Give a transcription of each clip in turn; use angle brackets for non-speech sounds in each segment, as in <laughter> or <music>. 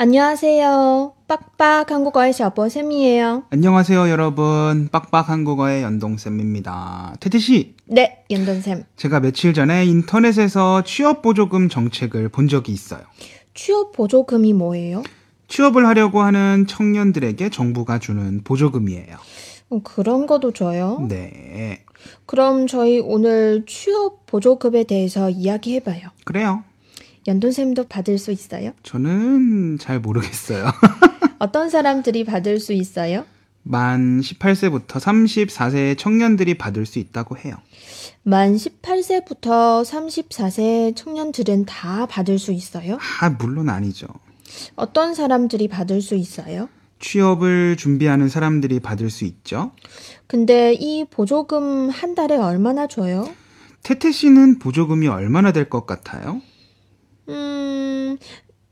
안녕하세요，빡빡한국어의小博쌤이에요。 안녕하세요, 여러분. 빡빡 한국어의 연동쌤입니다. 태태 씨, 네, 연돈 쌤. 제가 며칠 전에 인터넷에서 취업 보조금 정책을 본 적이 있어요. 취업 보조금이 뭐예요? 취업을 하려고 하는 청년들에게 정부가 주는 보조금이에요. 어, 그런 것도 줘요. 네. 그럼 저희 오늘 취업 보조금에 대해서 이야기해봐요. 그래요. 연돈 쌤도 받을 수 있어요? 저는 잘 모르겠어요. <laughs> 어떤 사람들이 받을 수 있어요? 만 18세부터 34세의 청년들이 받을 수 있다고 해요. 만 18세부터 34세 청년들은 다 받을 수 있어요? 아, 물론 아니죠. 어떤 사람들이 받을 수 있어요? 취업을 준비하는 사람들이 받을 수 있죠. 근데 이 보조금 한 달에 얼마나 줘요? 태태 씨는 보조금이 얼마나 될 것 같아요? 음,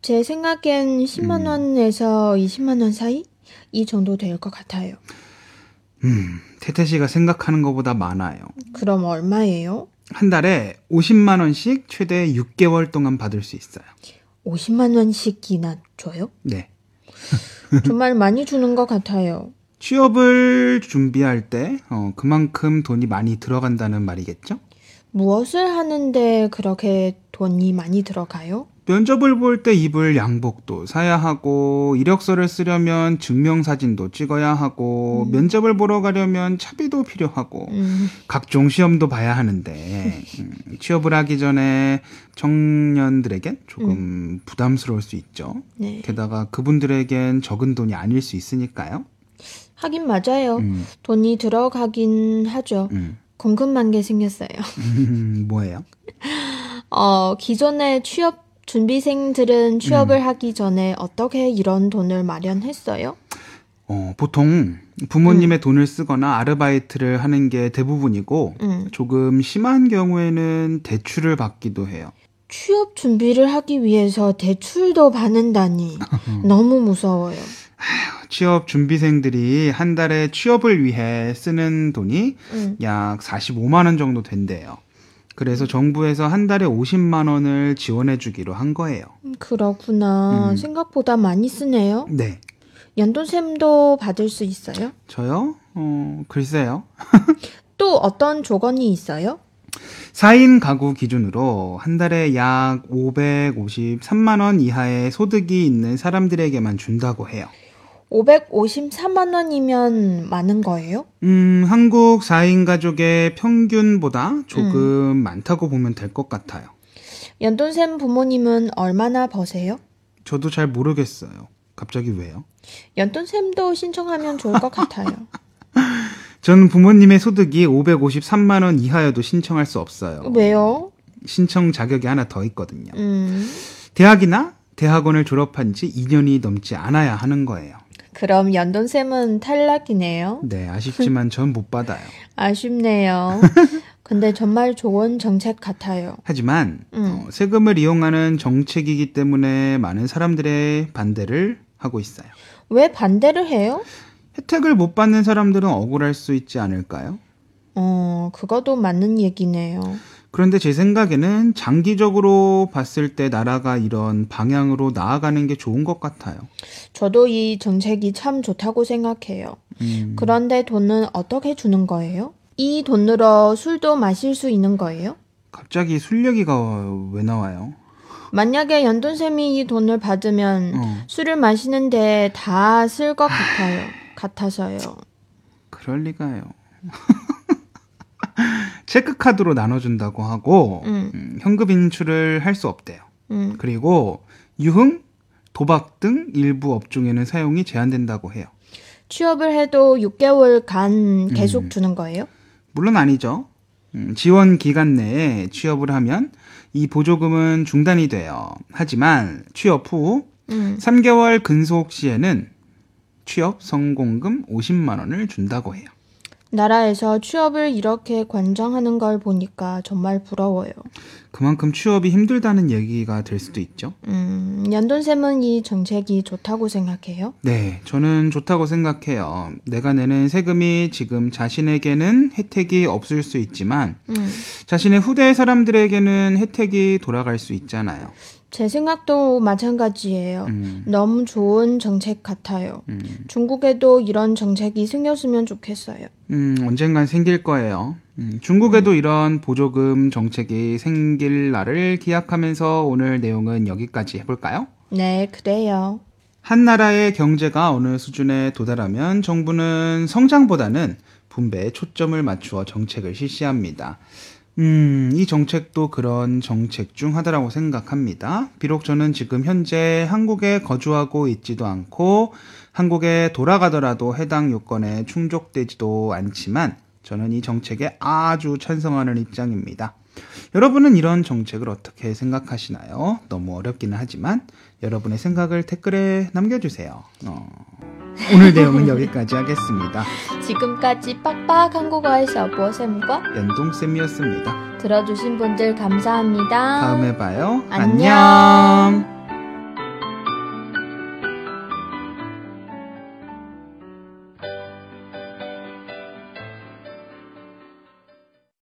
제 생각엔 10만 원에서 20만 원 사이? 이 정도 될 것 같아요. 음, 태태 씨가 생각하는 것보다 많아요. 그럼 얼마예요? 한 달에 50만 원씩 최대 6개월 동안 받을 수 있어요. 50만 원씩이나 줘요? 네. 정말 많이 주는 것 같아요. 취업을 준비할 때 어, 그만큼 돈이 많이 들어간다는 말이겠죠? 무엇을 하는데 그렇게 돈이 많이 들어가요? 면접을 볼 때 입을 양복도 사야 하고 이력서를 쓰려면 증명사진도 찍어야 하고 면접을 보러 가려면 차비도 필요하고 음, 각종 시험도 봐야 하는데 음, 취업을 하기 전에 청년들에겐 조금 부담스러울 수 있죠. 네. 게다가 그분들에겐 적은 돈이 아닐 수 있으니까요. 하긴 맞아요. 음, 돈이 들어가긴 하죠. 음. 궁금한 게 생겼어요. <laughs> 뭐예요? 어, 기존의 취업 준비생들은 취업을 하기 전에 어떻게 이런 돈을 마련했어요? 어, 보통 부모님의 돈을 쓰거나 아르바이트를 하는 게 대부분이고 음, 조금 심한 경우에는 대출을 받기도 해요. 취업 준비를 하기 위해서 대출도 받는다니 너무 무서워요. 취업 준비생들이 한 달에 취업을 위해 쓰는 돈이 음, 약 45만 원 정도 된대요. 그래서 정부에서 한 달에 50만 원을 지원해 주기로 한 거예요. 음, 그렇구나. 음. 생각보다 많이 쓰네요. 네. 연돈쌤도 받을 수 있어요? 저요? 어, 글쎄요. 또 어떤 조건이 있어요? 4인 가구 기준으로 한 달에 약 553만 원 이하의 소득이 있는 사람들에게만 준다고 해요. 553만 원이면 많은 거예요? 음, 한국 4인 가족의 평균보다 조금 많다고 보면 될 것 같아요. 연돈쌤 부모님은 얼마나 버세요? 저도 잘 모르겠어요. 갑자기 왜요? 연돈쌤도 신청하면 좋을 것 같아요. 전 부모님의 소득이 553만 원 이하여도 신청할 수 <laughs> 없어요. 왜요? 신청 자격이 하나 더 있거든요. 음, 대학이나 대학원을 졸업한 지 2년이 넘지 않아야 하는 거예요. 그럼 연돈쌤은 탈락이네요. 네, 아쉽지만 전 못 받아요. <laughs> 아쉽네요. 근데 정말 좋은 정책 같아요. 하지만 음. 어, 세금을 이용하는 정책이기 때문에 많은 사람들의 반대를 하고 있어요. 왜 반대를 해요? 혜택을 못 받는 사람들은 억울할 수 있지 않을까요? 어, 그것도 맞는 얘기네요. 그런데 제 생각에는 장기적으로 봤을 때 나라가 이런 방향으로 나아가는 게 좋은 것 같아요. 저도 이 정책이 참 좋다고 생각해요. 음, 그런데 돈은 어떻게 주는 거예요? 이 돈으로 술도 마실 수 있는 거예요? 갑자기 술 얘기가 왜 나와요? 만약에 연돈쌤이 이 돈을 받으면 어, 술을 마시는데 다 쓸 것 같아요. 같아서요. 그럴 리가요. <laughs> 체크카드로 나눠준다고 하고 음, 음, 현금 인출을 할 수 없대요. 음. 그리고 유흥, 도박 등 일부 업종에는 사용이 제한된다고 해요. 취업을 해도 6개월간 계속 음. 주는 거예요? 물론 아니죠. 음, 지원 기간 내에 취업을 하면 이 보조금은 중단이 돼요. 하지만 취업 후 음. 3개월 근속 시에는 취업 성공금 50만 원을 준다고 해요. 나라에서 취업을 이렇게 관장하는 걸 보니까 정말 부러워요. 그만큼 취업이 힘들다는 얘기가 될 수도 있죠. 음, 연돈쌤은 이 정책이 좋다고 생각해요? 네, 저는 좋다고 생각해요. 내가 내는 세금이 지금 자신에게는 혜택이 없을 수 있지만 음. 자신의 후대 사람들에게는 혜택이 돌아갈 수 있잖아요. 제 생각도 마찬가지예요. 음, 너무 좋은 정책 같아요. 음, 중국에도 이런 정책이 생겼으면 좋겠어요. 음, 언젠간 생길 거예요. 음, 중국에도 이런 보조금 정책이 생길 날을 기약하면서 오늘 내용은 여기까지 해볼까요? 네, 그래요. 한 나라의 경제가 어느 수준에 도달하면 정부는 성장보다는 분배에 초점을 맞추어 정책을 실시합니다. 음, 이 정책도 그런 정책 중 하나라고 생각합니다. 비록 저는 지금 현재 한국에 거주하고 있지도 않고 한국에 돌아가더라도 해당 요건에 충족되지도 않지만 저는 이 정책에 아주 찬성하는 입장입니다. 여러분은 이런 정책을 어떻게 생각하시나요? 너무 어렵기는 하지만 여러분의 생각을 댓글에 남겨주세요. 어, 오늘 내용은 여기까지 하겠습니다. 지금까지 빡빡한 국어에서 보쌤과 연동쌤이었습니다. 들어주신 분들 감사합니다. 다음에 봐요. 안녕. 안녕.